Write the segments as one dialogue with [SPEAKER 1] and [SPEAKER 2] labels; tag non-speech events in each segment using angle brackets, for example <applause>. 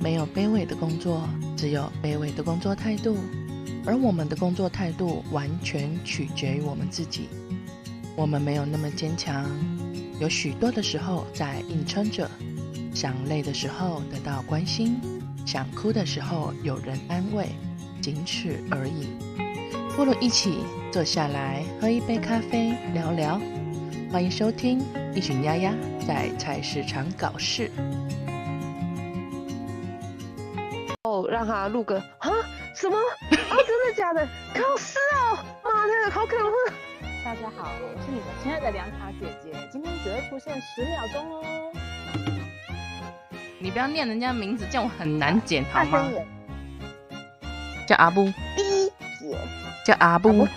[SPEAKER 1] 没有卑微的工作，只有卑微的工作态度。而我们的工作态度完全取决于我们自己。我们没有那么坚强，有许多的时候在硬撑着，想累的时候得到关心，想哭的时候有人安慰，仅此而已。不如一起坐下来喝一杯咖啡，聊聊。欢迎收听一群丫丫在菜市场搞事。
[SPEAKER 2] 哦，让他录个啊什么啊真的假的？ <laughs> 考试哦，妈的，好可怕！
[SPEAKER 3] 大家好，我是你们亲爱的凉茶姐姐，今天只会出现十秒钟哦。
[SPEAKER 1] 你不要念人家名字，这样我很难剪，好
[SPEAKER 3] 大
[SPEAKER 1] 吗
[SPEAKER 3] 声？点，
[SPEAKER 1] 叫阿布，
[SPEAKER 3] 逼姐。
[SPEAKER 1] 叫阿布，
[SPEAKER 3] 我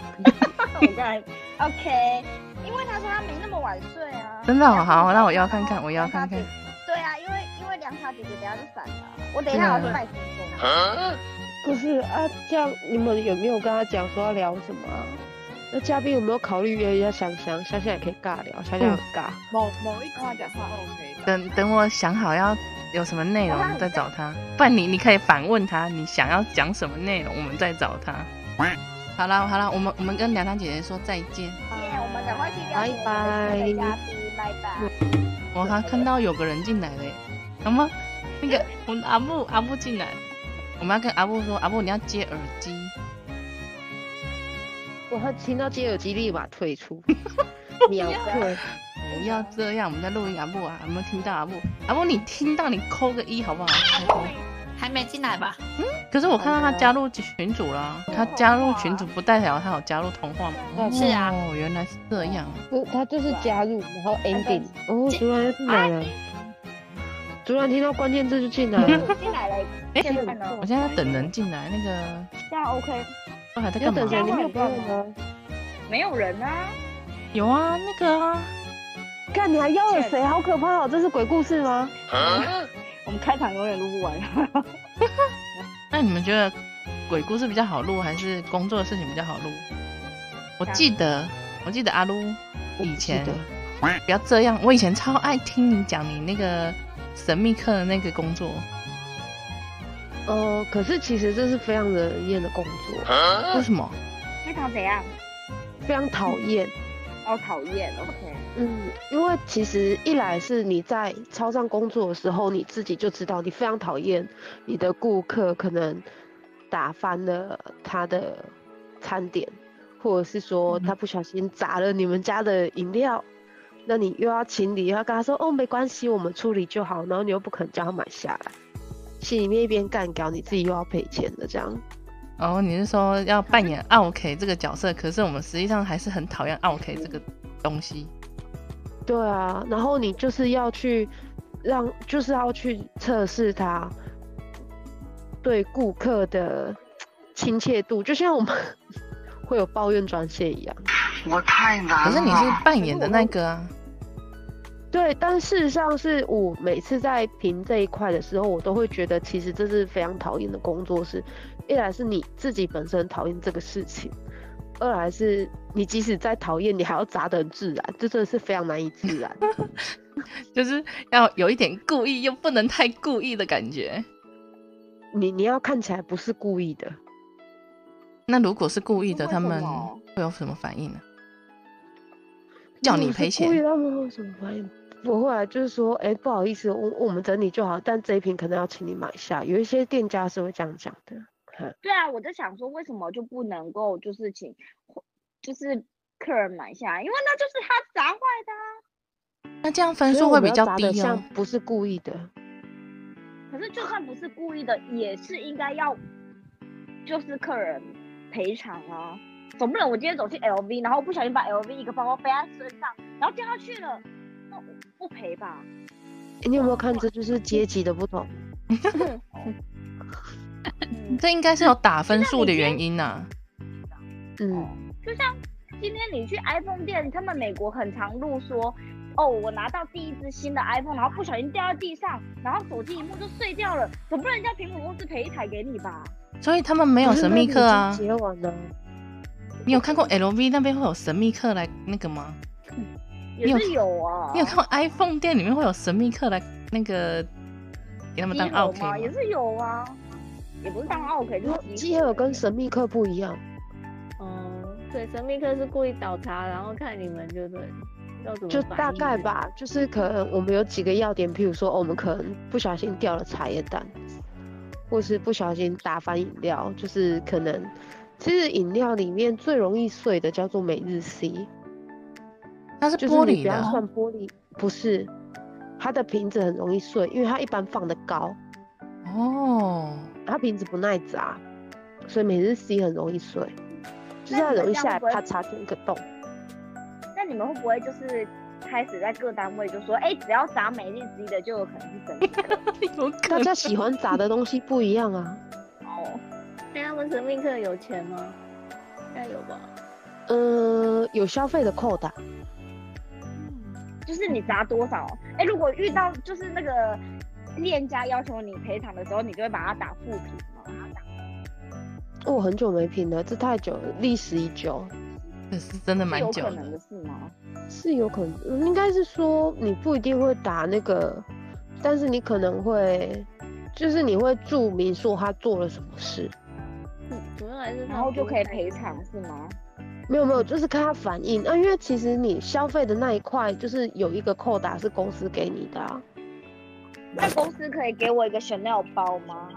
[SPEAKER 3] 刚才 OK，因为他说他没那么晚睡啊。
[SPEAKER 1] 真的哦
[SPEAKER 3] 然后
[SPEAKER 1] 好那我要看看我要
[SPEAKER 3] 凉茶
[SPEAKER 1] 看看
[SPEAKER 3] 姐。对啊，因为因为凉茶姐姐等下就散了，我等一下我
[SPEAKER 1] 对
[SPEAKER 3] 去
[SPEAKER 1] 啊
[SPEAKER 3] 拜神仙啊。
[SPEAKER 4] Huh?
[SPEAKER 2] 不是啊，这样你们有没有跟他讲说要聊什么啊？那嘉宾有没有考虑约一下香香？香香也可以尬聊，香香很尬。
[SPEAKER 5] 某某一款的
[SPEAKER 3] 讲
[SPEAKER 5] 时
[SPEAKER 3] 话
[SPEAKER 5] 候可以的。
[SPEAKER 1] 等等我想好要有什么内容
[SPEAKER 3] 好啦
[SPEAKER 1] 再找他，不然你你可以反问他，你想要讲什么内容，我们再找他。好啦好啦，我们我们跟凉凉姐姐说再见。
[SPEAKER 3] 耶，
[SPEAKER 2] 啊
[SPEAKER 3] 我们赶快去邀请
[SPEAKER 2] 拜拜
[SPEAKER 3] 我们的嘉宾，拜拜。
[SPEAKER 1] 我还看到有个人进来嘞，好吗？那个我们阿布阿布进来，我们要跟阿布说，阿布你要接耳机。
[SPEAKER 2] 我他听到接耳机立马退出，秒退。
[SPEAKER 1] 不要这样，我们在录音，阿布啊，有没有听到阿布？阿布，你听到你扣个一好不好？嗯
[SPEAKER 6] 还没进来吧？
[SPEAKER 1] 可是我看到他加入群组了，啊他加入群组不代表他有加入童话吗？
[SPEAKER 6] 是啊
[SPEAKER 1] 哦，原来是这样。
[SPEAKER 2] 不，他就是加入，然后 ending。哦，
[SPEAKER 6] 这
[SPEAKER 2] 竹然又进来了，竹然听到关键字就进来
[SPEAKER 3] <laughs>
[SPEAKER 2] 了。
[SPEAKER 3] 进来了，
[SPEAKER 1] 哎
[SPEAKER 3] 现在呢
[SPEAKER 1] 我？现在在等人进来，那个
[SPEAKER 3] 这样 OK？
[SPEAKER 1] 都还在
[SPEAKER 2] 你要
[SPEAKER 1] 干嘛
[SPEAKER 2] 等谁？？你没有
[SPEAKER 3] 干
[SPEAKER 2] 办
[SPEAKER 3] 嘛
[SPEAKER 2] 法吗？
[SPEAKER 3] 没有人啊。
[SPEAKER 1] 有啊，那个啊，
[SPEAKER 2] 看你还邀了谁？好可怕哦！这是鬼故事吗？
[SPEAKER 4] Huh?
[SPEAKER 3] 我们开场永远录不完。
[SPEAKER 1] 那你们觉得鬼故事比较好录，还是工作的事情比较好录？我记得，我记得阿撸以前
[SPEAKER 2] 我不记
[SPEAKER 1] 不要这样，我以前超爱听你讲你那个神秘客的那个工作。
[SPEAKER 2] 得哦，可是其实这是非常惹人厌的工作，
[SPEAKER 1] 为
[SPEAKER 4] Huh?
[SPEAKER 1] 什么？
[SPEAKER 3] 非常怎样？
[SPEAKER 2] 非常讨厌。
[SPEAKER 3] 哦，讨厌。OK。
[SPEAKER 2] 嗯，因为其实一来是你在超商工作的时候，你自己就知道你非常讨厌你的顾客可能打翻了他的餐点，或者是说
[SPEAKER 1] 嗯
[SPEAKER 2] 他不小心砸了你们家的饮料，那你又要清理，又要跟他说哦没关系，我们处理就好，然后你又不肯叫他买下来，心里面一边干掉，你自己又要赔钱的这样。
[SPEAKER 1] 哦，你是说要扮演 OK 这个角色，可是我们实际上还是很讨厌 OK 这个东西。
[SPEAKER 2] 对啊，然后你就是要去让，就是要去测试他对顾客的亲切度，就像我们 <laughs> 会有抱怨专线一样。啊
[SPEAKER 1] 可是你是扮演的那个啊，
[SPEAKER 2] 对，但事实上是我每次在评这一块的时候，我都会觉得其实这是非常讨厌的工作是，一来是你自己本身讨厌这个事情，二来是你即使再讨厌，你还要砸得很自然，这真的是非常难以自然。
[SPEAKER 1] 就是要有一点故意又不能太故意的感觉。
[SPEAKER 2] 你你要看起来不是故意的。
[SPEAKER 1] 那如果是故意的，
[SPEAKER 5] 为
[SPEAKER 1] 他
[SPEAKER 5] 什
[SPEAKER 1] 们
[SPEAKER 5] 么
[SPEAKER 1] 会有什么反应呢、叫你赔钱
[SPEAKER 2] 嗯故意让我什么反应？不会啊，就是说，哎、不好意思，我我们整理就好，但这一瓶可能要请你买下。有一些店家是会这样讲的。
[SPEAKER 3] 对啊，我在想说，为什么就不能够就是请，就是客人买下来，因为那就是他砸坏的啊。
[SPEAKER 1] 那这样分
[SPEAKER 2] 所以
[SPEAKER 1] 数
[SPEAKER 2] 我
[SPEAKER 1] 会
[SPEAKER 2] 们
[SPEAKER 1] 比较
[SPEAKER 2] 要砸得
[SPEAKER 1] 低
[SPEAKER 2] 像
[SPEAKER 1] 哦。
[SPEAKER 2] 不是故意的。
[SPEAKER 3] 可是就算不是故意的，也是应该要，就是客人赔偿啊。总不能我今天走进 LV，然后不小心把 LV 一个包包背在身上，然后掉下去了，那我不赔吧？
[SPEAKER 2] 诶你有没有看？这就是阶级的不同。
[SPEAKER 3] 嗯，
[SPEAKER 1] 这应该是有打分数的原因呐、啊
[SPEAKER 2] 嗯，
[SPEAKER 3] 就像今天你去 iPhone 店，他们美国很常露说，哦，我拿到第一只新的 iPhone，然后不小心掉在地上，然后手机屏幕就碎掉了，总不能叫苹果公司赔一台给你吧？
[SPEAKER 1] 所以他们没有
[SPEAKER 2] 可是
[SPEAKER 1] 神
[SPEAKER 2] 那
[SPEAKER 1] 秘
[SPEAKER 2] 你
[SPEAKER 1] 客
[SPEAKER 2] 已经
[SPEAKER 1] 啊。
[SPEAKER 2] 结完了，
[SPEAKER 1] 你有看过 LV 那边会有神秘客来那个吗？
[SPEAKER 3] 也
[SPEAKER 1] 你有
[SPEAKER 3] 是有啊。
[SPEAKER 1] 你有看过 iPhone 店里面会有神秘客来那个给他们当
[SPEAKER 3] 基
[SPEAKER 1] 奥
[SPEAKER 3] 友
[SPEAKER 1] K
[SPEAKER 3] 吗？也
[SPEAKER 1] 吗？
[SPEAKER 3] 是有啊，也不是当 OK，就是
[SPEAKER 2] 基友跟神秘客不一样，
[SPEAKER 4] 嗯，对，神秘客是故意倒茶，然后看你们就对，要怎么
[SPEAKER 2] 就
[SPEAKER 4] 反
[SPEAKER 2] 大
[SPEAKER 4] 应
[SPEAKER 2] 概
[SPEAKER 4] 的。
[SPEAKER 2] 吧，就是可能我们有几个要点，譬如说、哦我们可能不小心掉了茶叶蛋，或是不小心打翻饮料，就是可能其实饮料里面最容易碎的叫做每日 C，
[SPEAKER 1] 它是
[SPEAKER 2] 就是
[SPEAKER 1] 玻
[SPEAKER 2] 你
[SPEAKER 1] 璃
[SPEAKER 2] 不要
[SPEAKER 1] 的，
[SPEAKER 2] 算玻璃，不是，它的瓶子很容易碎，因为它一般放的高，
[SPEAKER 1] 哦，
[SPEAKER 2] 它瓶子不耐砸，所以每日 C 很容易碎，就是它
[SPEAKER 3] 那你们
[SPEAKER 2] 容易
[SPEAKER 3] 这样
[SPEAKER 2] 下来
[SPEAKER 3] 会不会
[SPEAKER 2] 啪嚓就一个洞。
[SPEAKER 3] <laughs> 那你们会不会就是开始在各单位就说，哎、只要砸每日之一的 <laughs> 就有可能是神秘客
[SPEAKER 1] 有可
[SPEAKER 2] 大
[SPEAKER 1] 能
[SPEAKER 2] 家喜欢砸的东西不一样啊。
[SPEAKER 3] 哦？
[SPEAKER 4] 那哎他们神秘客有钱吗？应该有吧。
[SPEAKER 2] 嗯，有消费的扣打，
[SPEAKER 3] 就是你砸多少？哎、如果遇到就是那个店家要求你赔偿的时候，你就会把它打负评吗？把它打
[SPEAKER 2] 我哦很久没拼了，这太久了，历史已久，
[SPEAKER 1] 这是真的
[SPEAKER 3] 是
[SPEAKER 1] 蛮
[SPEAKER 3] 有
[SPEAKER 1] 久
[SPEAKER 3] 可
[SPEAKER 1] 的嗯
[SPEAKER 3] 能的，事吗？
[SPEAKER 2] 是有可能，嗯应该是说你不一定会打那个，但是你可能会，就是你会注明说他做了什么事，
[SPEAKER 4] 嗯主要还是他
[SPEAKER 3] 然后就
[SPEAKER 4] 不
[SPEAKER 3] 可以
[SPEAKER 4] 开
[SPEAKER 3] 赔
[SPEAKER 4] 心
[SPEAKER 3] 偿是吗？
[SPEAKER 2] 没有没有，就是看他反应啊，因为其实你消费的那一块就是有一个扣打是公司给你的、啊，
[SPEAKER 3] 那公司可以给我一个 Chanel 包吗？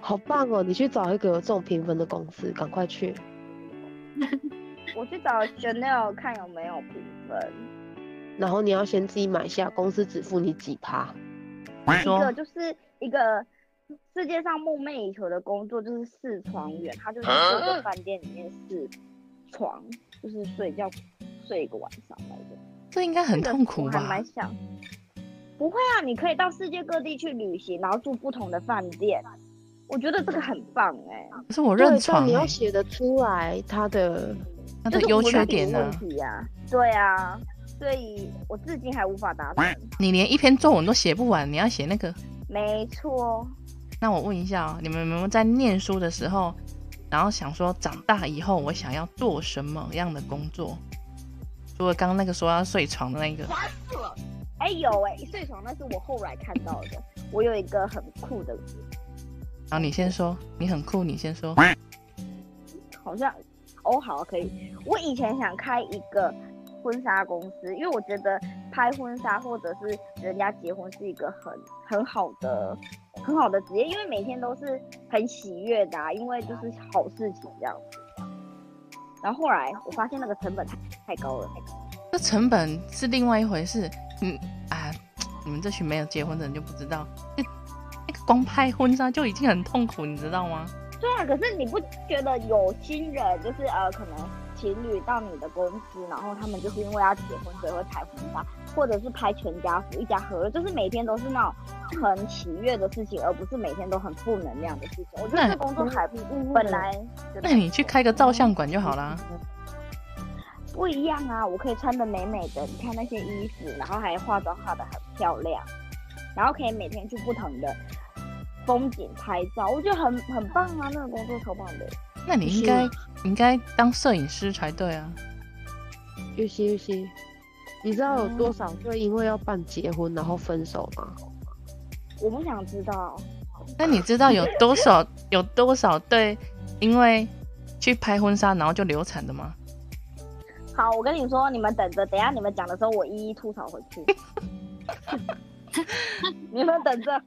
[SPEAKER 2] 好棒哦，你去找一个有这种评分的公司，赶快去，
[SPEAKER 3] 我去找 Chanel 看有没有评分。
[SPEAKER 2] 然后你要先自己买下，公司只付你几趴，
[SPEAKER 1] 你
[SPEAKER 3] 一个
[SPEAKER 1] 说
[SPEAKER 3] 就是一个世界上梦寐以求的工作，就是试床员，他就是在一个饭店里面试床，就是睡觉睡一个晚上来着。
[SPEAKER 1] 这应该很痛苦
[SPEAKER 3] 我还
[SPEAKER 1] 吧
[SPEAKER 3] 蛮？想。不会啊，你可以到世界各地去旅行，然后住不同的饭店，我觉得这个很棒哎、
[SPEAKER 1] 可是我
[SPEAKER 2] 对
[SPEAKER 1] 认，
[SPEAKER 2] 但
[SPEAKER 1] 床
[SPEAKER 2] 你要
[SPEAKER 1] 欸
[SPEAKER 2] 写得出来他的
[SPEAKER 1] 它
[SPEAKER 3] 就
[SPEAKER 1] 的
[SPEAKER 3] 是
[SPEAKER 1] 优
[SPEAKER 3] 我
[SPEAKER 1] 缺
[SPEAKER 3] 有
[SPEAKER 1] 点
[SPEAKER 3] 问
[SPEAKER 1] 呢？
[SPEAKER 3] 题啊，对啊，所以我至今还无法达成。
[SPEAKER 1] 你连一篇作文都写不完，你要写那个？
[SPEAKER 3] 没错，
[SPEAKER 1] 那我问一下哦，你们有没有在念书的时候，然后想说长大以后我想要做什么样的工作？除了刚刚那个说要睡床的那个，
[SPEAKER 3] 哎、有哎、一睡床那是我后来看到的。我有一个很酷的
[SPEAKER 1] 然后你先说，你很酷，你先说。
[SPEAKER 3] 好像哦，好可以。我以前想开一个婚纱公司，因为我觉得拍婚纱或者是人家结婚是一个很很好的很好的职业，因为每天都是很喜悦的、啊，因为就是好事情这样子。然后后来我发现那个成本太太高了，
[SPEAKER 1] 这成本是另外一回事。嗯啊，你们这群没有结婚的人就不知道，那那个光拍婚纱就已经很痛苦，你知道吗？
[SPEAKER 3] 对啊，可是你不觉得有新人就是呃，可能情侣到你的公司，然后他们就是因为要结婚，所以会拍婚纱，或者是拍全家福、一家和乐，就是每天都是那种很喜悦的事情，而不是每天都很负能量的事情。我觉得
[SPEAKER 1] 那
[SPEAKER 3] 这工作还不
[SPEAKER 2] 嗯
[SPEAKER 3] 本来觉得
[SPEAKER 1] <laughs> 那你去开个照相馆就好啦。
[SPEAKER 3] 不一样啊，我可以穿的美美的，你看那些衣服，然后还化妆化的很漂亮，然后可以每天去不同的风景拍照，我觉得很很棒啊，那个工作超棒的。
[SPEAKER 1] 那你应该应该当摄影师才对啊。
[SPEAKER 2] 玉溪玉溪，你知道有多少会因为要办结婚然后分手吗？
[SPEAKER 3] 我不想知道。
[SPEAKER 1] 那你知道有多少有多少对因为去拍婚纱然后就流产的吗？
[SPEAKER 3] 好，我跟你说，你们等着，等一下你们讲的时候，我一一吐槽回
[SPEAKER 1] <laughs>
[SPEAKER 3] 去。你们等着，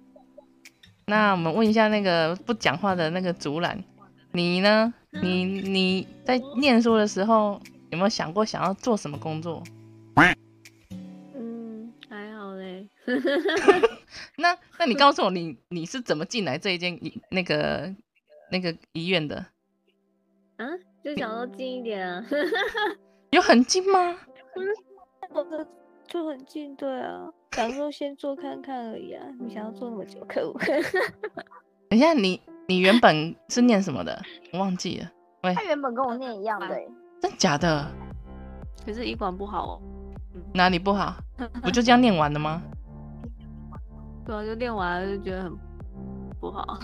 [SPEAKER 1] 那我们问一下那个不讲话的那个竹篮，你呢？你你在念书的时候有没有想过想要做什么工作？
[SPEAKER 4] 嗯，还好嘞。
[SPEAKER 1] 那那你告诉我你你是怎么进来这一间医那个那个医院的？
[SPEAKER 4] 啊，就想说近一点啊， <laughs>
[SPEAKER 1] 有很近吗？
[SPEAKER 4] 就很近，对啊。想说先做看看而已啊，你想要做那么久，可恶。 <laughs>
[SPEAKER 1] 等一下你你原本是念什么的？我忘记了，
[SPEAKER 3] 他原本跟我念一样
[SPEAKER 1] 哎
[SPEAKER 3] 的、欸，
[SPEAKER 1] 真假的？
[SPEAKER 4] 可是医管不好哦，
[SPEAKER 1] 哪里不好？不就这样念完了吗？
[SPEAKER 4] 对啊，就练完了就觉得很不好。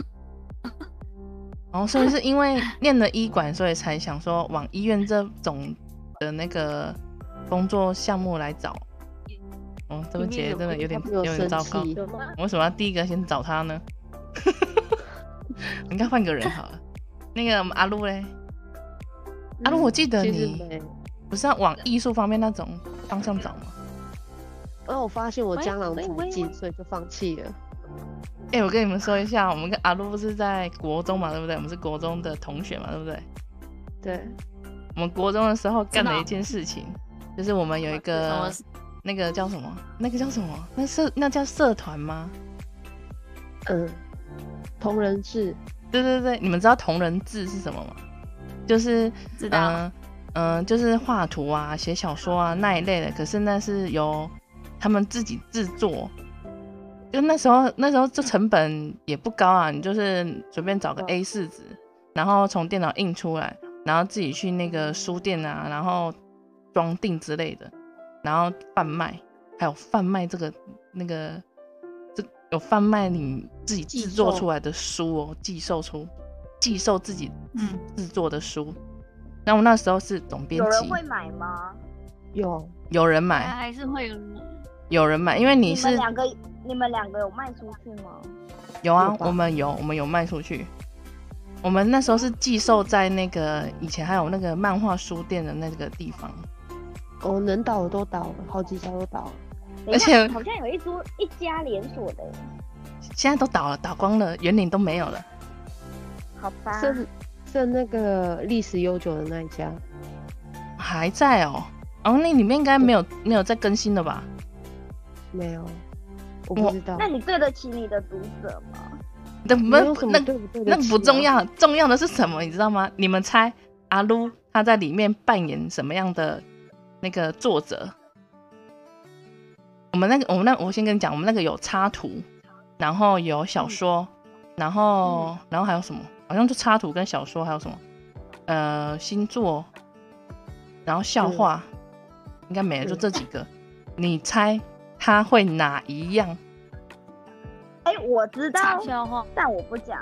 [SPEAKER 4] <laughs>
[SPEAKER 1] 哦，所以是因为念了医管，所以才想说往医院这种的那个工作项目来找。哦，这位
[SPEAKER 2] 明明
[SPEAKER 1] 姐
[SPEAKER 2] 有
[SPEAKER 1] 真的
[SPEAKER 2] 空
[SPEAKER 1] 有点
[SPEAKER 2] 她没有
[SPEAKER 1] 点
[SPEAKER 2] 生
[SPEAKER 1] 糟糕。
[SPEAKER 2] 气
[SPEAKER 4] 有吗？
[SPEAKER 1] 我为什么要第一个先找他呢？ <laughs> 应该换个人好了。那个我们阿露嘞，阿露，我记得
[SPEAKER 2] 嗯其实
[SPEAKER 1] 你
[SPEAKER 2] 没。
[SPEAKER 1] 不是要往艺术方面那种方向找吗？
[SPEAKER 2] 然后我发现我
[SPEAKER 4] 喂
[SPEAKER 2] 江郎
[SPEAKER 4] 喂
[SPEAKER 2] 才
[SPEAKER 4] 喂
[SPEAKER 2] 尽，
[SPEAKER 4] 喂
[SPEAKER 2] 所以就放弃了。
[SPEAKER 1] 哎、我跟你们说一下，我们跟阿露不是在国中嘛，对不对？我们是国中的同学嘛，对不对？
[SPEAKER 2] 对，
[SPEAKER 1] 我们国中的时候干
[SPEAKER 6] 真的
[SPEAKER 1] 了
[SPEAKER 6] 哦
[SPEAKER 1] 一件事情，就是我们有一
[SPEAKER 6] 什么
[SPEAKER 1] 个
[SPEAKER 6] 事
[SPEAKER 1] 那个叫什么？那个叫什么？那社那叫社团吗？
[SPEAKER 2] 嗯，同人志，
[SPEAKER 1] 对对对，你们知道同人志是什么吗？就是
[SPEAKER 6] 知道
[SPEAKER 1] 嗯嗯、呃就是画图啊、写小说啊那一类的。可是那是由他们自己制作，就那时候那时候这成本也不高啊，你就是随便找个 A 4纸，然后从电脑印出来，然后自己去那个书店啊，然后装订之类的，然后贩卖，还有贩卖这个那个。这有贩卖你自己制作
[SPEAKER 4] 寄售
[SPEAKER 1] 出来的书哦，寄售出，寄售自己
[SPEAKER 6] 嗯
[SPEAKER 1] 制作的书。然后我那时候是总编
[SPEAKER 3] 有人
[SPEAKER 1] 辑，
[SPEAKER 3] 会买吗？
[SPEAKER 2] 有
[SPEAKER 1] 有人
[SPEAKER 6] 还
[SPEAKER 1] 买，
[SPEAKER 6] 还是会有人
[SPEAKER 1] 有人买，因为你
[SPEAKER 3] 你
[SPEAKER 1] 是
[SPEAKER 3] 们两个，你们两个有卖出去吗？
[SPEAKER 1] 有啊
[SPEAKER 2] 有，吧
[SPEAKER 1] 我们有，我们有卖出去。我们那时候是寄售在那个以前还有那个漫画书店的那个地方，
[SPEAKER 2] 哦，能倒的都倒了，好几家都倒了。
[SPEAKER 3] 等一下
[SPEAKER 1] 而且
[SPEAKER 3] 好像有一桌一家连锁的耶，欸
[SPEAKER 1] 现在都倒了，倒光了，园林都没有了。
[SPEAKER 3] 好吧？
[SPEAKER 2] 剩剩那个历史悠久的那一家，
[SPEAKER 1] 还在哦。哦，那里面应该没有没有在更新了吧？
[SPEAKER 2] 没有，
[SPEAKER 1] 我
[SPEAKER 2] 我不知道
[SPEAKER 3] 那。你对得起你的读者吗？
[SPEAKER 1] 那不
[SPEAKER 2] 没有什么
[SPEAKER 1] 那
[SPEAKER 2] 对不对得
[SPEAKER 1] 那
[SPEAKER 2] 起
[SPEAKER 1] 不重
[SPEAKER 2] 啊。
[SPEAKER 1] 要，重要的是什么？你知道吗？你们猜阿撸他在里面扮演什么样的那个作者？我们那个，我们那，我先跟你讲，我们那个有插图，然后有小说，然后、然后还有什么？好像就插图跟小说，还有什么？呃，星座，然后笑话，应该没了，就
[SPEAKER 2] 嗯
[SPEAKER 1] 这几个。你猜他会哪一样？
[SPEAKER 3] 哎、我知道
[SPEAKER 6] 插，笑话，
[SPEAKER 3] 但我不讲。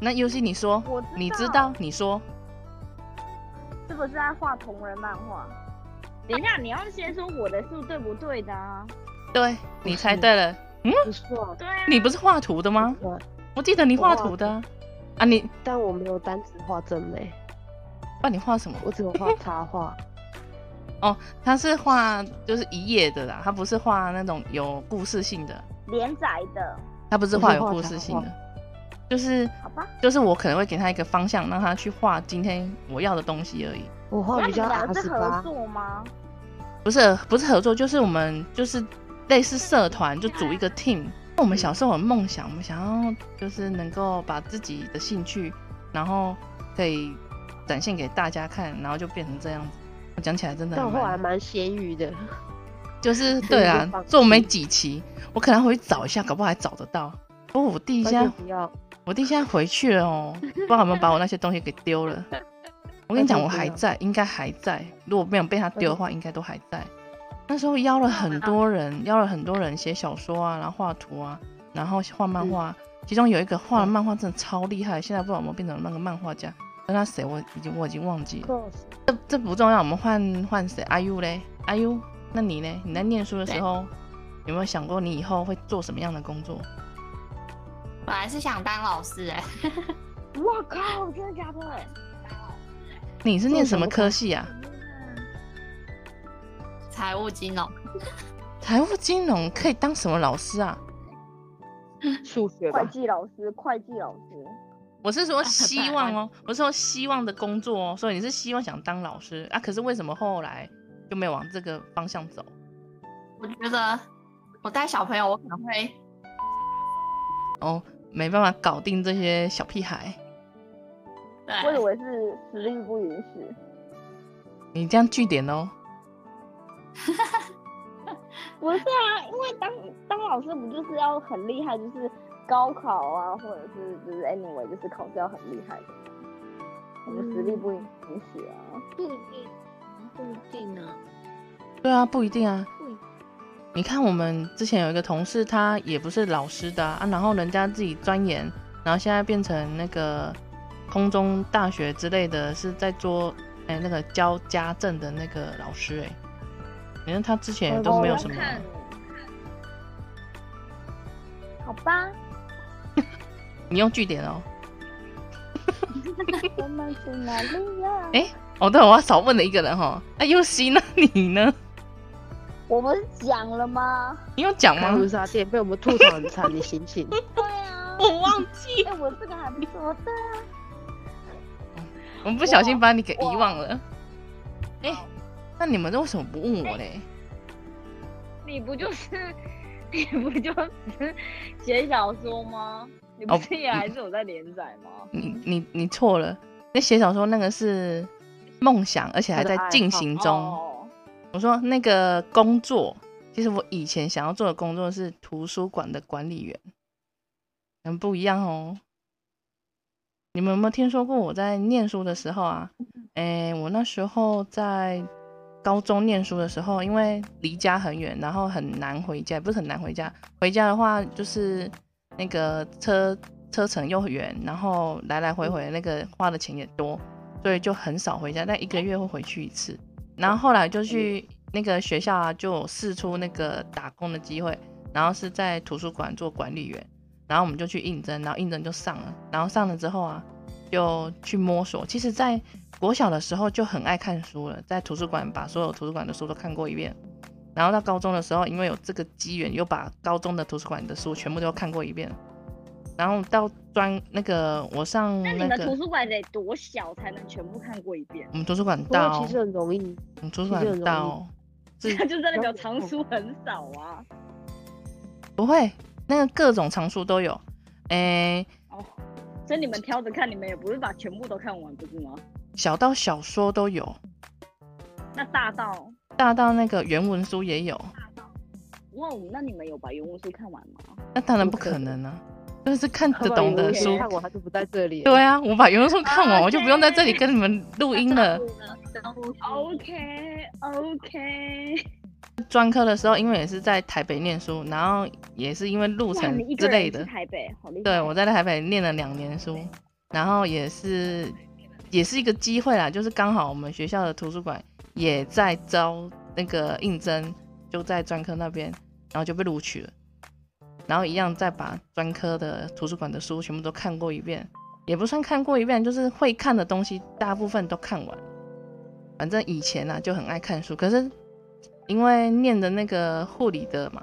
[SPEAKER 1] 那尤其你说，
[SPEAKER 3] 我知
[SPEAKER 1] 你知道，你说，
[SPEAKER 3] 是不是在画同人漫画？等一下，你要先说我的是对不对的啊？
[SPEAKER 1] 对，你
[SPEAKER 2] 不
[SPEAKER 1] 猜
[SPEAKER 2] 是
[SPEAKER 1] 对了。
[SPEAKER 2] 不错，
[SPEAKER 3] 对啊，
[SPEAKER 1] 你不是画图的吗？
[SPEAKER 2] 我
[SPEAKER 1] 我记得你画图的啊，啊你
[SPEAKER 2] 但我没有单只画真美，
[SPEAKER 1] 不然你画什么？
[SPEAKER 2] 我只有画插画。
[SPEAKER 1] 他是画就是一页的啦，他不是画那种有故事性的，
[SPEAKER 3] 连载的，
[SPEAKER 1] 他不是
[SPEAKER 2] 我
[SPEAKER 1] 画
[SPEAKER 2] 是
[SPEAKER 1] 有
[SPEAKER 2] 画
[SPEAKER 1] 故
[SPEAKER 2] 插
[SPEAKER 1] 事性
[SPEAKER 2] 画
[SPEAKER 1] 的，就是
[SPEAKER 3] 好吧？
[SPEAKER 1] 就是我可能会给他一个方向，让他去画今天我要的东西而已，
[SPEAKER 2] 我画
[SPEAKER 3] 那
[SPEAKER 2] 比
[SPEAKER 3] 你
[SPEAKER 2] 较
[SPEAKER 3] 们两
[SPEAKER 2] R
[SPEAKER 3] 个是
[SPEAKER 2] 十
[SPEAKER 3] 合
[SPEAKER 2] 八，
[SPEAKER 3] 作吗？
[SPEAKER 1] 不是不是合作，就是我们就是类似社团，就组一个 team。我们小时候有梦想，我们想要就是能够把自己的兴趣，然后可以展现给大家看，然后就变成这样子。我讲起来真的
[SPEAKER 2] 但
[SPEAKER 1] 很
[SPEAKER 2] 我后来
[SPEAKER 1] 难。
[SPEAKER 2] 蛮咸鱼的。
[SPEAKER 1] 就是对啊
[SPEAKER 2] <laughs> 就放，弃
[SPEAKER 1] 做没几期，我可能回去找一下，搞不好还找得到。不过我弟
[SPEAKER 2] 那
[SPEAKER 1] 现在
[SPEAKER 2] 就，不要，
[SPEAKER 1] 我弟现在回去了哦，不知道有没有把我那些东西给丢了。我跟你讲，我还在，应该还在。如果没有被他丢的话，应该都还在。那时候邀了很多人，邀了很多人写小说啊，然后画图啊，然后画漫画。其中有一个画的漫画真的超厉害，现在不知道有没有变成那个漫画家，但他谁我已经我已经忘记了。这这不重要，我们换换谁？阿 U 嘞？阿 U，那你呢？你在念书的时候有没有想过你以后会做什么样的工作？
[SPEAKER 6] 本来是想当老师哎、
[SPEAKER 3] 我靠，真的假的？
[SPEAKER 1] 你是念
[SPEAKER 2] 做
[SPEAKER 1] 什
[SPEAKER 2] 什
[SPEAKER 1] 么
[SPEAKER 2] 么
[SPEAKER 1] 科系啊？
[SPEAKER 6] 财务金融，
[SPEAKER 1] 财务金融可以当什么老师啊？
[SPEAKER 2] 数学
[SPEAKER 3] 会
[SPEAKER 2] 吧，
[SPEAKER 3] 计老师，会计老师，
[SPEAKER 1] 我是说希望
[SPEAKER 6] 本来
[SPEAKER 1] 哦，我是说希望的工作哦，所以你是希望想当老师啊？可是为什么后来就没有往这个方向走？
[SPEAKER 6] 我觉得我带小朋友，我可能会
[SPEAKER 1] 哦，没办法搞定这些小屁孩，
[SPEAKER 3] 我以
[SPEAKER 6] 对，
[SPEAKER 3] 为是实力不允许。
[SPEAKER 1] 你这样据点哦。
[SPEAKER 3] 不是啊，因为当当老师不就是要很厉害，就是高考啊，或者是就是 anyway，就是考试要很厉害的嘛，我们实力不允许啊。
[SPEAKER 4] 不一定，不一定啊。
[SPEAKER 1] 对啊，不一定啊
[SPEAKER 4] 不一定。
[SPEAKER 1] 你看，我们之前有一个同事，他也不是老师的啊，啊然后人家自己钻研，然后现在变成那个空中大学之类的，是在做哎、那个教家政的那个老师哎、反正他之前也
[SPEAKER 2] 哦
[SPEAKER 1] 都没有
[SPEAKER 3] 我要
[SPEAKER 1] 什么，啊
[SPEAKER 3] 看吧，
[SPEAKER 1] 你用句点哦。
[SPEAKER 3] 我们去哪里呀？
[SPEAKER 1] 诶哦，对，我要少问了一个人哈。那又西，那你呢？<laughs>
[SPEAKER 3] <laughs> 我不是讲了吗？
[SPEAKER 1] 你有讲
[SPEAKER 2] 开
[SPEAKER 1] 吗？
[SPEAKER 2] 婚纱店被我们吐槽很惨，你醒
[SPEAKER 1] <laughs>
[SPEAKER 2] 醒。
[SPEAKER 3] 对啊，
[SPEAKER 1] 我忘记，
[SPEAKER 3] 哎、我这个还不错的。
[SPEAKER 1] 我们不小心把你给遗忘了。哎、那你们为什么不问我嘞？
[SPEAKER 3] 你不就是，你不就是写小说吗？你
[SPEAKER 1] 哦
[SPEAKER 3] 不是也还是有在连载吗？
[SPEAKER 1] 你你你错了，那写小说那个是梦想，而且还
[SPEAKER 2] 他的
[SPEAKER 1] 在
[SPEAKER 2] 爱
[SPEAKER 1] 进
[SPEAKER 2] 好
[SPEAKER 1] 行中。
[SPEAKER 3] 哦
[SPEAKER 1] 我说那个工作，其实我以前想要做的工作是图书馆的管理员，很不一样哦。你们有没有听说过我在念书的时候啊？诶，我那时候在高中念书的时候，因为离家很远，然后很难回家，不是很难回家，回家的话就是那个车车程又远，然后来来回回那个花的钱也多，所以就很少回家，但一个月会回去一次。然
[SPEAKER 3] 哦
[SPEAKER 1] 后后来就去那个学校啊，就有试出那个打工的机会，然后是在图书馆做管理员，然后我们就去应征，然后应征就上了，然后上了之后啊，就去摸索。其实，在国小的时候就很爱看书了，在图书馆把所有图书馆的书都看过一遍，然后到高中的时候，因为有这个机缘，又把高中的图书馆的书全部都看过一遍了。然后到专那个我上
[SPEAKER 3] 那
[SPEAKER 1] 嗯
[SPEAKER 3] 你
[SPEAKER 1] 那
[SPEAKER 3] 们
[SPEAKER 1] 个
[SPEAKER 3] 图书馆得多小才能全部看过一遍？
[SPEAKER 1] 我们图书馆
[SPEAKER 2] 不
[SPEAKER 1] 到
[SPEAKER 2] 过其实很容易，
[SPEAKER 1] 我们图书
[SPEAKER 2] 其实很
[SPEAKER 1] 馆
[SPEAKER 2] 容易
[SPEAKER 1] 到是
[SPEAKER 3] 那就真的表藏书很少啊。
[SPEAKER 1] 不会，那个各种藏书都有。诶、
[SPEAKER 3] 哦，所以你们挑着看，你们也不是把全部都看完，不是吗？
[SPEAKER 1] 小到小说都有，
[SPEAKER 3] 那大到，
[SPEAKER 1] 大到那个原文书也有。
[SPEAKER 3] 哇，哦那你们有把原文书看完吗？
[SPEAKER 1] 那当然
[SPEAKER 2] 不
[SPEAKER 1] 不
[SPEAKER 2] 可
[SPEAKER 1] 可能啊，但是看得
[SPEAKER 2] 他把
[SPEAKER 1] 懂
[SPEAKER 2] 原
[SPEAKER 1] 的
[SPEAKER 2] 文
[SPEAKER 1] 书。
[SPEAKER 2] 看完他就不在这里了。
[SPEAKER 1] 对啊，我把原文书看完，
[SPEAKER 3] 啊
[SPEAKER 1] 我就不用在这里跟你们
[SPEAKER 3] <laughs>
[SPEAKER 1] 录音了。
[SPEAKER 4] 嗯
[SPEAKER 3] OK OK，
[SPEAKER 1] 专科的时候，因为也是在台北念书，然后也是因为路
[SPEAKER 3] 哇，你
[SPEAKER 1] 程
[SPEAKER 3] 一
[SPEAKER 1] 之
[SPEAKER 3] 个
[SPEAKER 1] 类
[SPEAKER 3] 人去
[SPEAKER 1] 的，
[SPEAKER 3] 台北，好厉害。
[SPEAKER 1] 对我在台北念了两年书，然后也是也是一个机会啦，就是刚好我们学校的图书馆也在招那个应征，就在专科那边，然后就被录取了，然后一样再把专科的图书馆的书全部都看过一遍，也不算看过一遍，就是会看的东西大部分都看完。反正以前啊就很爱看书，可是因为念的那个护理的嘛，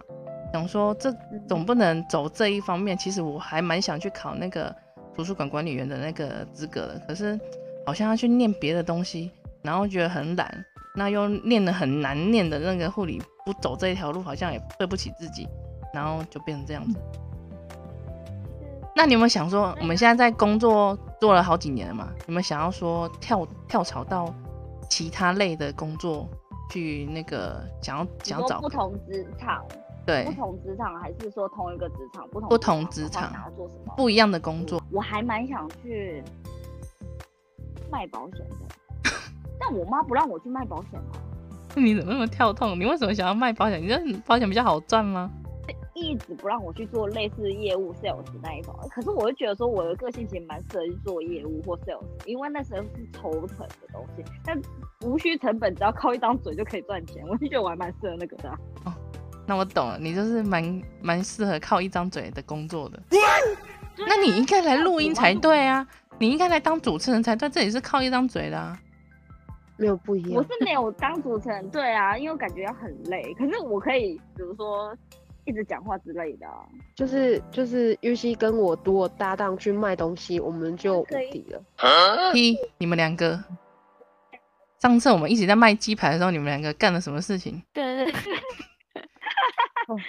[SPEAKER 1] 想说这总不能走这一方面。其实我还蛮想去考那个图书馆管理员的那个资格的，可是好像要去念别的东西，然后觉得很懒，那又念的很难念的那个护理，不走这一条路好像也对不起自己，然后就变成这样子。那你有没有想说，我们现在在工作做了好几年了嘛？有没有想要说跳跳槽到其他类的工作去那个想要
[SPEAKER 3] 你
[SPEAKER 1] 想要
[SPEAKER 3] 说
[SPEAKER 1] 找
[SPEAKER 3] 不同职场，
[SPEAKER 1] 对
[SPEAKER 3] 不同职场还是说同一个职场？不同
[SPEAKER 1] 不同职
[SPEAKER 3] 职
[SPEAKER 1] 场
[SPEAKER 3] 然后想要做什么？
[SPEAKER 1] 不一样的工作？
[SPEAKER 3] 我还蛮想去卖保险的，但我妈不让我去卖保险啊。
[SPEAKER 1] 你怎么那么跳痛？你为什么想要卖保险？你觉得保险比较好赚吗？
[SPEAKER 3] 一直不让我去做类似业务 sales 那一种，可是我就觉得说我的个性其实蛮适合去做业务或 sales，因为那时候是抽成的东西，但无需成本，只要靠一张嘴就可以赚钱，我就觉得我还蛮适合那个的啊、
[SPEAKER 1] 那我懂了，你就是蛮蛮适合靠一张嘴的工作 <laughs> 的。那你应该来录音才对啊，你应该来当主持人才对，这也是靠一张嘴的啊。
[SPEAKER 2] 没有不一
[SPEAKER 3] 我
[SPEAKER 2] 样
[SPEAKER 3] 是。没有当主持人，对啊，因为我感觉要很累，可是我可以比如说一直讲话之类的、啊，
[SPEAKER 2] 就是就是玉溪跟我如果搭档去卖东西，我们就无
[SPEAKER 3] 可以
[SPEAKER 2] 敌了。
[SPEAKER 1] 一，你们两个，上次我们一起在卖鸡排的时候，你们两个干了什么事情？
[SPEAKER 4] 对对，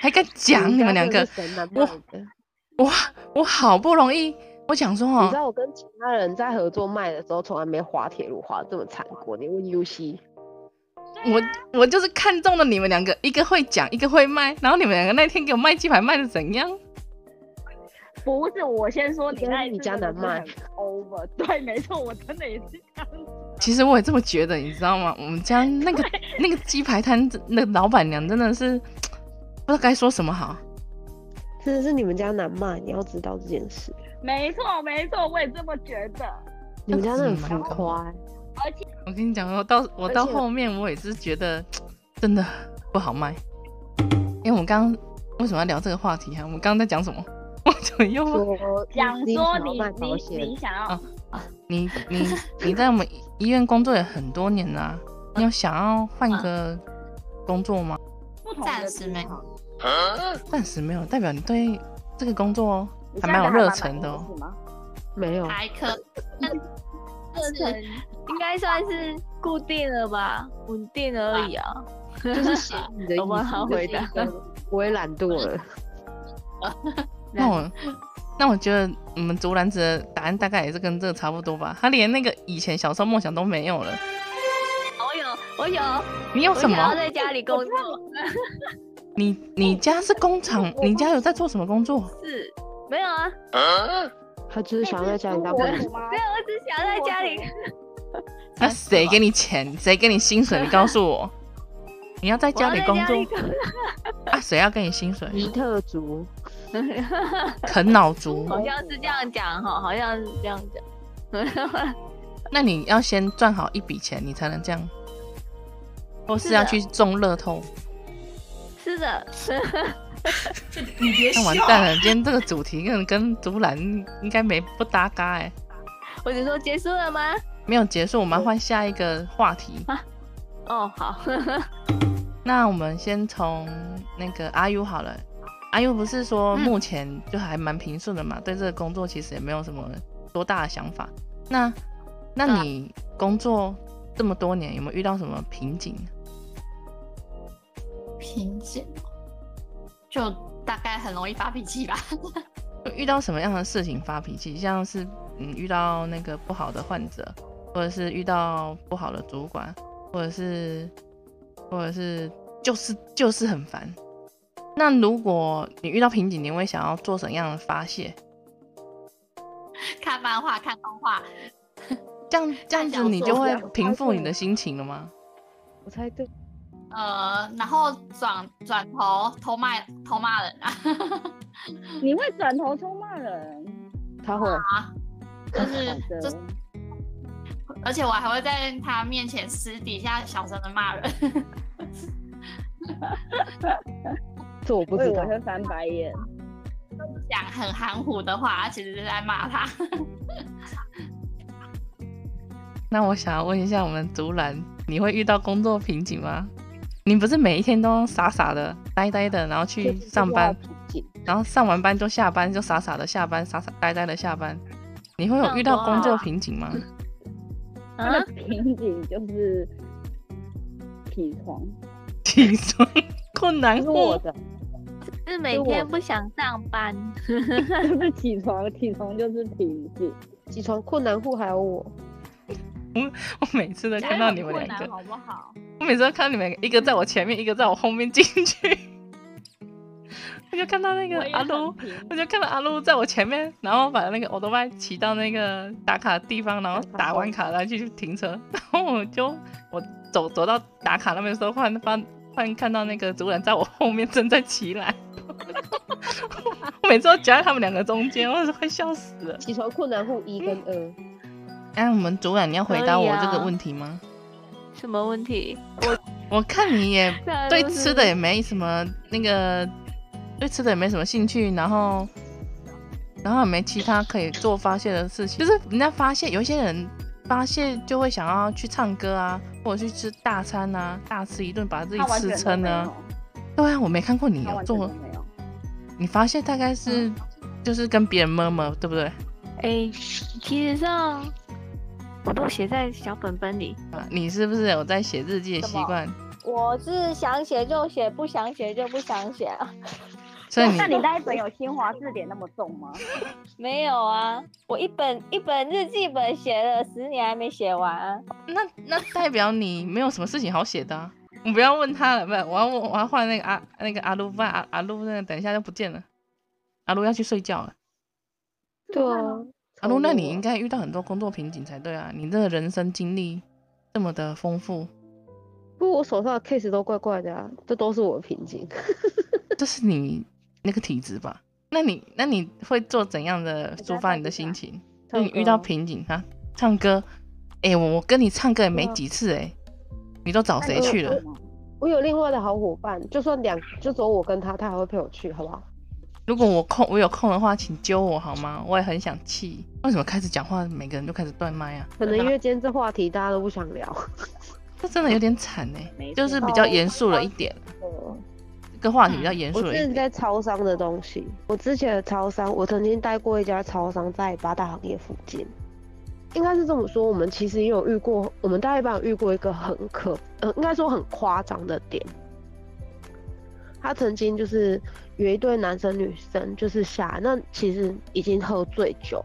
[SPEAKER 1] 还敢讲
[SPEAKER 2] 人
[SPEAKER 1] 你
[SPEAKER 2] 家
[SPEAKER 1] 们两
[SPEAKER 2] 真
[SPEAKER 1] 个
[SPEAKER 2] 的是？神难
[SPEAKER 1] 我
[SPEAKER 2] 卖的。
[SPEAKER 1] 哇，我好不容易，我想说
[SPEAKER 2] 你知
[SPEAKER 1] 哦，
[SPEAKER 2] 道我跟其他人在合作卖的时候，从来没滑铁卢滑得这么惨过。你问 U C，
[SPEAKER 1] 我我就是看中了你们两个，一个会讲，一个会卖，然后你们两个那天给我卖鸡排卖的怎样？
[SPEAKER 3] 不是我先说你
[SPEAKER 2] 应该
[SPEAKER 3] 那
[SPEAKER 2] 是
[SPEAKER 3] 一
[SPEAKER 2] 你
[SPEAKER 3] 次
[SPEAKER 2] 家
[SPEAKER 3] 真的
[SPEAKER 2] 难
[SPEAKER 3] 是
[SPEAKER 2] 卖
[SPEAKER 3] 很 over，对，没错，我真的也是这样子。
[SPEAKER 1] 其实我也这么觉得，你知道吗？我们家那个那个鸡排摊真，那个老板娘真的是不知道该说什么好。
[SPEAKER 2] 真的是你们家难卖，你要知道这件事。
[SPEAKER 3] 没错，没错，我也这么觉得。
[SPEAKER 2] 你们家真的
[SPEAKER 1] 那
[SPEAKER 2] 很浮
[SPEAKER 1] 个
[SPEAKER 2] 夸欸、
[SPEAKER 1] 我跟你讲，我到我到
[SPEAKER 2] 而且
[SPEAKER 1] 后面，我也是觉得真的不好卖。因为我们刚刚为什么要聊这个话题啊？我们刚刚在讲什么？ <laughs> 怎么又忘
[SPEAKER 2] 欸说
[SPEAKER 3] 讲
[SPEAKER 2] 你
[SPEAKER 3] 说
[SPEAKER 2] 想要
[SPEAKER 3] 你
[SPEAKER 2] 卖保
[SPEAKER 3] 你你
[SPEAKER 2] 险，
[SPEAKER 3] 想要
[SPEAKER 1] 哦你你你在我们医院工作也很多年了啊、你有想要换个工作吗？
[SPEAKER 3] 不同的
[SPEAKER 6] 暂时没
[SPEAKER 3] 地方
[SPEAKER 1] 暂时没有，代表你对这个工作哦
[SPEAKER 3] 你
[SPEAKER 1] 还
[SPEAKER 3] 现在
[SPEAKER 1] 蛮有
[SPEAKER 3] 还
[SPEAKER 1] 热
[SPEAKER 3] 蛮
[SPEAKER 1] 忱的
[SPEAKER 3] 满
[SPEAKER 1] 哦
[SPEAKER 3] 意。是吗
[SPEAKER 2] 没
[SPEAKER 1] 哎
[SPEAKER 2] 有，
[SPEAKER 6] 还可以，
[SPEAKER 4] 热忱应该算是固定了吧，稳定而已啊。
[SPEAKER 6] <laughs>
[SPEAKER 2] 就是写你的意
[SPEAKER 4] 我帮他
[SPEAKER 2] 思，
[SPEAKER 4] 回答
[SPEAKER 1] <laughs>
[SPEAKER 2] 就是一个我也懒惰了。
[SPEAKER 1] 那我那我觉得我们竹篮子的答案大概也是跟这个差不多吧，他连那个以前小时候梦想都没有了。
[SPEAKER 4] 我有，我有，
[SPEAKER 1] 你有
[SPEAKER 4] 我
[SPEAKER 1] 什
[SPEAKER 4] 想要
[SPEAKER 1] 么？
[SPEAKER 4] 在家里工作，
[SPEAKER 1] 你你家是工厂？你家有在做什么工作？
[SPEAKER 4] 是没有啊？
[SPEAKER 2] <laughs> 他就是想要在家里当
[SPEAKER 3] 中
[SPEAKER 2] 保
[SPEAKER 3] 国
[SPEAKER 1] 哎
[SPEAKER 2] 险
[SPEAKER 3] 族，吗
[SPEAKER 4] 没有，我只想在家里。
[SPEAKER 1] 那谁给你钱？谁给你薪 <laughs> 水？你告诉我，你要在家里工作啊？谁要给你薪水？
[SPEAKER 2] 尼特族，
[SPEAKER 1] 啃老 <laughs> 族。
[SPEAKER 4] <laughs> 好像是这样讲哈，好像是这样讲。
[SPEAKER 1] 那你要先赚好一笔钱，你才能这样，或
[SPEAKER 4] 是
[SPEAKER 1] 是要
[SPEAKER 4] 的
[SPEAKER 1] 去中乐透。
[SPEAKER 4] 是的， <laughs>
[SPEAKER 6] 你别
[SPEAKER 1] 那
[SPEAKER 6] 笑
[SPEAKER 1] 完，蛋了，今天这个主题跟跟竹篮应该没不搭嘎哎、
[SPEAKER 4] 我只说结束了吗？
[SPEAKER 1] 没有结束，我们要换下一个话题。
[SPEAKER 4] 哦，好， <laughs>
[SPEAKER 1] 那我们先从那个阿 U 好了，阿 U 不是
[SPEAKER 4] 嗯
[SPEAKER 1] 说目前就还蛮平顺的嘛，对这个工作其实也没有什么多大的想法。那
[SPEAKER 4] 对
[SPEAKER 1] 那
[SPEAKER 4] 啊
[SPEAKER 1] 你工作这么多年，有没有遇到什么瓶颈？
[SPEAKER 6] 瓶颈，就大概很容易发脾气吧。 <laughs>
[SPEAKER 1] 会遇到什么样的事情发脾气？像是嗯遇到那个不好的患者，或者是遇到不好的主管，或者是或者是就是就是很烦。那如果你遇到瓶颈，你会想要做什么样的发泄？
[SPEAKER 6] 看漫画，看动画，
[SPEAKER 1] 这样这样
[SPEAKER 6] 想
[SPEAKER 1] 子你
[SPEAKER 6] 做
[SPEAKER 1] 就
[SPEAKER 6] 什
[SPEAKER 1] 会
[SPEAKER 6] 么
[SPEAKER 1] 平复你的心情了吗？
[SPEAKER 2] 我猜对，
[SPEAKER 6] 呃，然后转转头偷骂偷骂人啊， <laughs>
[SPEAKER 3] 你会转头冲骂人，
[SPEAKER 2] 他
[SPEAKER 1] 啊
[SPEAKER 2] 会，
[SPEAKER 6] 就是
[SPEAKER 3] <laughs> 好的
[SPEAKER 6] 就是，而且我还会在他面前私底下小声的骂人。 <laughs>
[SPEAKER 2] 这我不
[SPEAKER 3] 我以
[SPEAKER 2] 知
[SPEAKER 3] 为
[SPEAKER 2] 道
[SPEAKER 1] 哎
[SPEAKER 3] 我。会翻白眼。
[SPEAKER 6] 讲很含糊的话，其实是在骂他。 <laughs>
[SPEAKER 1] 那我想要问一下我们竹篮，你会遇到工作瓶颈吗？你不是每一天都傻傻的、呆呆的，然后去上班，然后上完班就下班，就傻傻的下班，傻傻呆呆的下班。你会有遇到工作瓶颈
[SPEAKER 6] 嗯
[SPEAKER 1] <laughs> 吗？
[SPEAKER 6] 啊
[SPEAKER 3] 他的瓶颈就是起床，
[SPEAKER 1] 起床困难
[SPEAKER 2] 这是我
[SPEAKER 1] 户，
[SPEAKER 2] 的，
[SPEAKER 4] 是每天不想上班。
[SPEAKER 3] <laughs> 就是起床，起床就是瓶颈。
[SPEAKER 2] 起床困难户还有我，
[SPEAKER 1] 我每次都看到你们
[SPEAKER 6] 很困
[SPEAKER 1] 两
[SPEAKER 6] 难哦
[SPEAKER 1] 个，
[SPEAKER 6] 好不好？
[SPEAKER 1] 我每次都看到你们两个，一个在我前面，一个在我后面进去。 <laughs> 我就看到那个
[SPEAKER 6] 我也
[SPEAKER 1] 阿
[SPEAKER 6] 很
[SPEAKER 1] 撸，
[SPEAKER 6] 平
[SPEAKER 1] 我就看到阿撸在我前面，然后把那个欧多拜骑到那个打卡的地方，然后
[SPEAKER 2] 打
[SPEAKER 1] 打
[SPEAKER 2] 卡
[SPEAKER 1] 完卡然后去停车， <laughs> 然后我就我走走到打卡那边的时候，忽然发忽然看到那个主人在我后面正在骑来， <laughs> 我每次都夹在他们两个中间，我是快笑死了。
[SPEAKER 2] 起床困难户一跟二，
[SPEAKER 1] 哎、我们主管，你要回
[SPEAKER 4] 可
[SPEAKER 1] 答
[SPEAKER 4] 以
[SPEAKER 1] 我这个
[SPEAKER 4] 啊
[SPEAKER 1] 问题吗？
[SPEAKER 4] 什么问题？
[SPEAKER 1] 我看你也
[SPEAKER 4] 那
[SPEAKER 1] 对
[SPEAKER 4] 就是
[SPEAKER 1] 吃的也没什么那个，对吃的也没什么兴趣，然后然后也没其他可以做发泄的事情。就是人家发泄，有一些人发泄就会想要去唱歌啊，或者去吃大餐啊，大吃一顿把自己
[SPEAKER 3] 他完全
[SPEAKER 1] 吃
[SPEAKER 3] 都
[SPEAKER 1] 撑
[SPEAKER 3] 没
[SPEAKER 1] 啊
[SPEAKER 3] 有。，
[SPEAKER 1] 对啊，我没看过你
[SPEAKER 3] 他
[SPEAKER 1] 有
[SPEAKER 3] 完全
[SPEAKER 1] 做
[SPEAKER 3] 都，没有。嗯
[SPEAKER 1] 你发泄大概是、就是跟别人摸摸，对不对？
[SPEAKER 4] 哎、其实上我都写在小本本里。
[SPEAKER 3] 嗯
[SPEAKER 1] 啊你是不是有在写日记的习惯？
[SPEAKER 5] 我是想写就写，不想写就不想写 <laughs> 啊。
[SPEAKER 1] 所以你
[SPEAKER 3] 那你那一本有新华字典那么重吗？
[SPEAKER 5] 没有啊，我一本一本日记本写了十年还没写完啊。
[SPEAKER 1] 那那代表你没有什么事情好写的、啊。你不要问他了，不，我要问，我要换那个阿那个阿鲁，不然阿阿鲁那个等一下就不见了。阿鲁要去睡觉了。
[SPEAKER 2] 对啊，
[SPEAKER 1] 阿鲁，那你应该遇到很多工作瓶颈才对啊！你这个人生经历这么的丰富，
[SPEAKER 2] 不过我手上的 case 都怪怪的啊，这都是我的瓶颈。 <laughs>
[SPEAKER 1] 这是你那个体质吧？那你那你会做怎样的
[SPEAKER 3] 在
[SPEAKER 1] 抒发
[SPEAKER 3] 放
[SPEAKER 1] 你的
[SPEAKER 3] 假
[SPEAKER 1] 心情？就
[SPEAKER 2] 唱
[SPEAKER 1] 你遇到
[SPEAKER 2] 歌
[SPEAKER 1] 瓶颈啊，唱歌，哎、我我跟你唱歌也没
[SPEAKER 2] 对啊
[SPEAKER 1] 几次哎、你都找
[SPEAKER 3] 那
[SPEAKER 1] 谁
[SPEAKER 3] 你有
[SPEAKER 1] 去
[SPEAKER 3] 做
[SPEAKER 1] <laughs> 了？
[SPEAKER 3] 吗
[SPEAKER 2] 我有另外的好伙伴，就算两就走我跟他，他还会陪我去，好不好？
[SPEAKER 1] 如果我空我有空的话，请揪我好吗？我也很想气。为什么开始讲话，每个人都开始断麦啊？
[SPEAKER 2] 可能因为今天这话题大家都不想聊。
[SPEAKER 1] 这真的有点惨呢、
[SPEAKER 3] 没
[SPEAKER 1] 就是
[SPEAKER 3] 错
[SPEAKER 1] 比较严肃了一点，
[SPEAKER 3] 呃
[SPEAKER 1] 这个话题比较严肃
[SPEAKER 2] 嗯我
[SPEAKER 1] 了
[SPEAKER 2] 之
[SPEAKER 1] 一
[SPEAKER 2] 前
[SPEAKER 1] 点。
[SPEAKER 2] 在超商的东西，我之前的超商，我曾经待过一家超商在八大行业附近，应该是这么说。我们其实也有遇过，我们大概班有遇过一个很可，呃，应该说很夸张的点。他曾经就是有一对男生女生，就是下来那其实已经喝醉酒，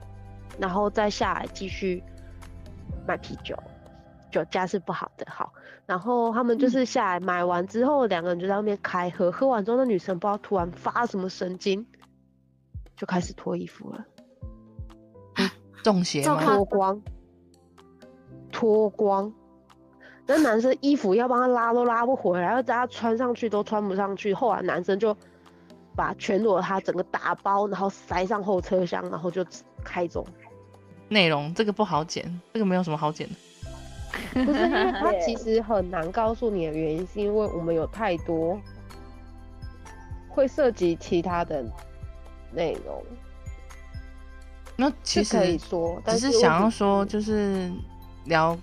[SPEAKER 2] 然后再下来继续买啤酒，酒驾是不好的。好，然后他们就是下来买完之后，两个人就在那边开喝，喝完之后，那女生不知道突然发什么神经，就开始脱衣服了，
[SPEAKER 1] 中邪
[SPEAKER 6] 照
[SPEAKER 1] 吗？
[SPEAKER 6] 看
[SPEAKER 2] 脱光，脱光。那男生衣服要帮他拉都拉不回来，要叫他穿上去都穿不上去。后来男生就把全裸他整个打包，然后塞上后车厢，然后就开走。
[SPEAKER 1] 内容这个不好剪，这个没有什么好剪的。
[SPEAKER 2] 不是因为 <laughs> 他其实很难告诉你的原因，是因为我们有太多会涉及其他的内容，
[SPEAKER 1] 那其
[SPEAKER 2] 是可以
[SPEAKER 1] 实
[SPEAKER 2] 说，但
[SPEAKER 1] 只
[SPEAKER 2] 是
[SPEAKER 1] 是
[SPEAKER 2] 问
[SPEAKER 1] 想
[SPEAKER 2] 题
[SPEAKER 1] 要说，就是聊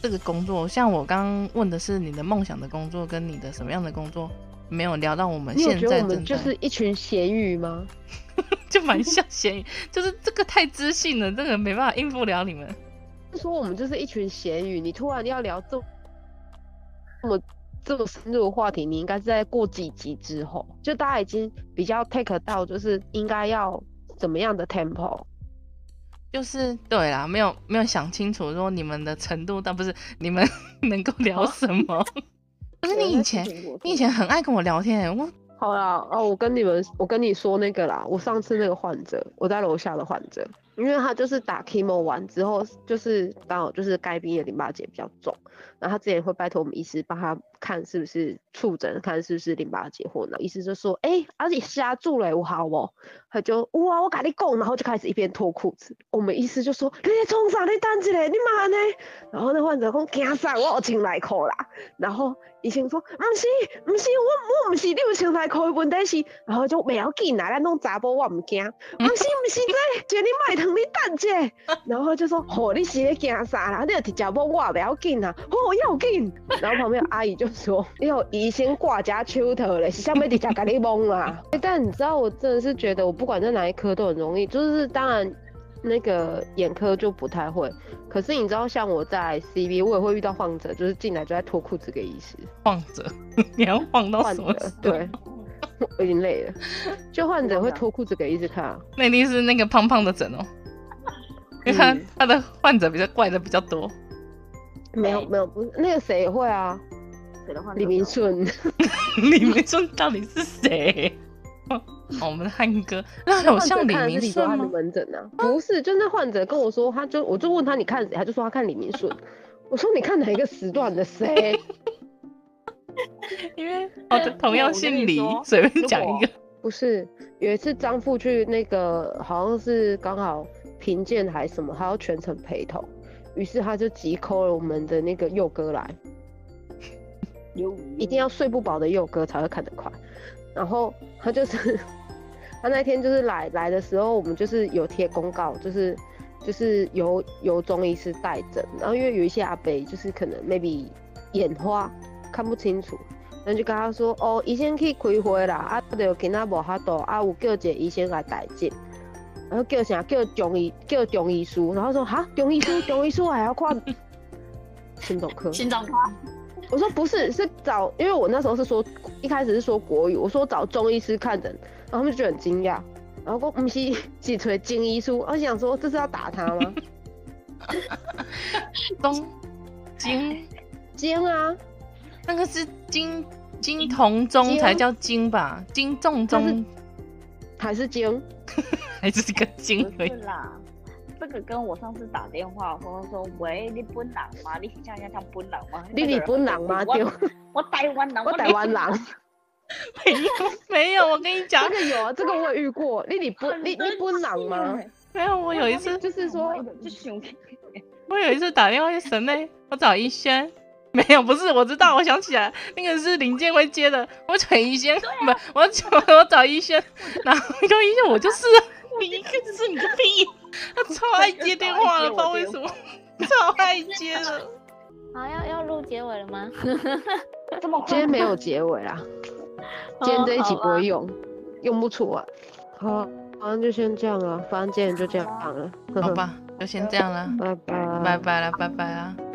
[SPEAKER 1] 这个工作。像我刚刚问的是你的梦想的工作跟你的什么样的工作，没有聊到我们
[SPEAKER 2] 你有
[SPEAKER 1] 现
[SPEAKER 2] 觉
[SPEAKER 1] 在
[SPEAKER 2] 得我
[SPEAKER 1] 正在
[SPEAKER 2] 们就是一群咸鱼吗？
[SPEAKER 1] <laughs> 就蛮像咸鱼，就是这个太知性了，这个没办法应付了你们。
[SPEAKER 2] 就说我们就是一群咸鱼，你突然要聊这这么这么深入的话题，你应该是在过几集之后，就大家已经比较 take 到，就是应该要怎么样的 tempo。
[SPEAKER 1] 就是对啦，没有没有想清楚说你们的程度，但不是你
[SPEAKER 6] <laughs>
[SPEAKER 1] 们能够
[SPEAKER 6] 哦
[SPEAKER 1] 聊什么。可是你以前，你以前很爱跟我聊天欸、我
[SPEAKER 2] 好啦，哦，我跟你们，我跟你说那个啦，我上次那个患者，我在楼下的患者，因为他就是打 chemo 完之后，就是刚好就是该病的淋巴结比较重，然后他之前会拜托我们医师帮他看是不是触诊，看是不是淋巴结或哪，医师就说，哎、而且瞎住了，我好哦，他就哇，我跟你讲，然后就开始一边脱裤子，我们医师就说，你在冲啥？你等一下，你妈呢？然后那患者讲，惊啥？我有穿内裤啦，然后医生说，啊不是，不是，我我唔是你有穿内裤的问题是，然后就不要紧啦，咱弄查甫我唔惊，啊不是不是这，叫你卖糖你等者，然后就说， <laughs> 吼、你是咧惊啥啦？你要直接摸我不要紧啦，吼、要紧，然后旁边有阿姨就说， <laughs> 你有医生挂夹手头嘞，是啥物直接甲你蒙啊？但你知道我真的是觉得我不管在哪一科都很容易，就是当然。那个眼科就不太会，可是你知道，像我在 CB，我也会遇到患者，就是进来就在脱裤子给医师。
[SPEAKER 1] 晃着， <laughs> 你要晃到
[SPEAKER 2] 患
[SPEAKER 1] 什么
[SPEAKER 2] 者
[SPEAKER 1] 时候？
[SPEAKER 2] 对，我已经累了。就患者会脱裤子给医师看啊，
[SPEAKER 1] 那一定是那个胖胖的
[SPEAKER 6] <laughs>
[SPEAKER 1] 整哦，因为他、
[SPEAKER 2] 嗯
[SPEAKER 1] 他的患者比较怪的比较多。 <laughs>
[SPEAKER 2] 没有没有，不是那个谁也会啊，
[SPEAKER 3] 谁的话
[SPEAKER 2] 李明顺，
[SPEAKER 1] 李明顺到底是谁？ <laughs> 哦，我们的汉哥，那
[SPEAKER 2] <laughs>
[SPEAKER 1] 有像李明顺
[SPEAKER 2] 的
[SPEAKER 1] 吗？
[SPEAKER 2] 门诊啊？不是，就那患者跟我说，他就我就问他你看谁，他就说他看李明顺。我说你看哪一个时段的谁？ <laughs>
[SPEAKER 1] 因为好的哦同
[SPEAKER 6] 没有
[SPEAKER 1] 样
[SPEAKER 6] 我跟
[SPEAKER 1] 姓
[SPEAKER 6] 你
[SPEAKER 1] 李
[SPEAKER 6] 说，
[SPEAKER 1] 随便
[SPEAKER 6] 如
[SPEAKER 1] 讲一
[SPEAKER 6] 果
[SPEAKER 1] 个。
[SPEAKER 2] 不是，有一次张父去那个好像是刚好评鉴还是什么，他要全程陪同，于是他就急抠了我们的那个佑哥来，一定要睡不饱的佑哥才会看得快。然后他就是 <laughs> 他那天就是来来的时候，我们就是有贴公告，就是就是由由中医师带诊，然后因为有一些阿伯就是可能 maybe 眼花看不清楚。然后就跟他说，哦，医生去开会啦，啊，就今仔无法度，啊，有叫一个医生来代诊，然后叫啥？叫中医，叫中医师，然后说，哈，中医师，中医师还要看心脏科，
[SPEAKER 6] 心脏科
[SPEAKER 2] 我说不是，是找，因为我那时候是说一开始是说国语，我说找中医师看诊，然后他们就觉得很惊讶，然后说不是脊椎精医书，我想说这是要打他吗？
[SPEAKER 1] 东京
[SPEAKER 2] 精啊，
[SPEAKER 1] 那个是金金铜钟
[SPEAKER 2] 金
[SPEAKER 1] 才叫金吧？金重钟
[SPEAKER 2] 还是精？
[SPEAKER 1] 还是个金
[SPEAKER 3] 不
[SPEAKER 1] 而
[SPEAKER 3] 是
[SPEAKER 1] 已。
[SPEAKER 3] 啦，这个跟我上次打电话，我跟他说喂，你本人吗？你是像像像本人吗？
[SPEAKER 2] 你是本人吗
[SPEAKER 3] 我
[SPEAKER 2] 对
[SPEAKER 3] 我台湾人，
[SPEAKER 2] 我台湾人，
[SPEAKER 1] 没有没有，我跟你讲
[SPEAKER 2] 这，个有啊，这个我也遇过。你你不
[SPEAKER 3] 很
[SPEAKER 2] 你你
[SPEAKER 3] 生
[SPEAKER 2] 不朗
[SPEAKER 3] 气
[SPEAKER 2] 吗？
[SPEAKER 3] 耶？
[SPEAKER 1] 没有。我有一次， <laughs>
[SPEAKER 3] 哎
[SPEAKER 2] 就是说
[SPEAKER 3] <laughs> 我就想
[SPEAKER 1] 我有一次打电话去神内，我找医生， <laughs> 没有，不是，我知道，我想起来，那个是林建辉接的，我找医仙，不、我找 <laughs> 我找医仙，然后一个医仙我就是啊， <laughs> 你一个是你个屁，他超爱接电话的，不知道为什么， <laughs> 超爱接的。
[SPEAKER 5] 好，要要录结尾了吗？
[SPEAKER 3] 这么
[SPEAKER 2] 今
[SPEAKER 3] 快
[SPEAKER 2] 天没有结尾啦，今天这一集不会用，用不出啊。好，反正就先这样了，反正今天就这样了，
[SPEAKER 1] 好吧，就先这样啦，
[SPEAKER 2] <laughs> 拜拜，
[SPEAKER 1] 拜拜啦，拜拜啦。啊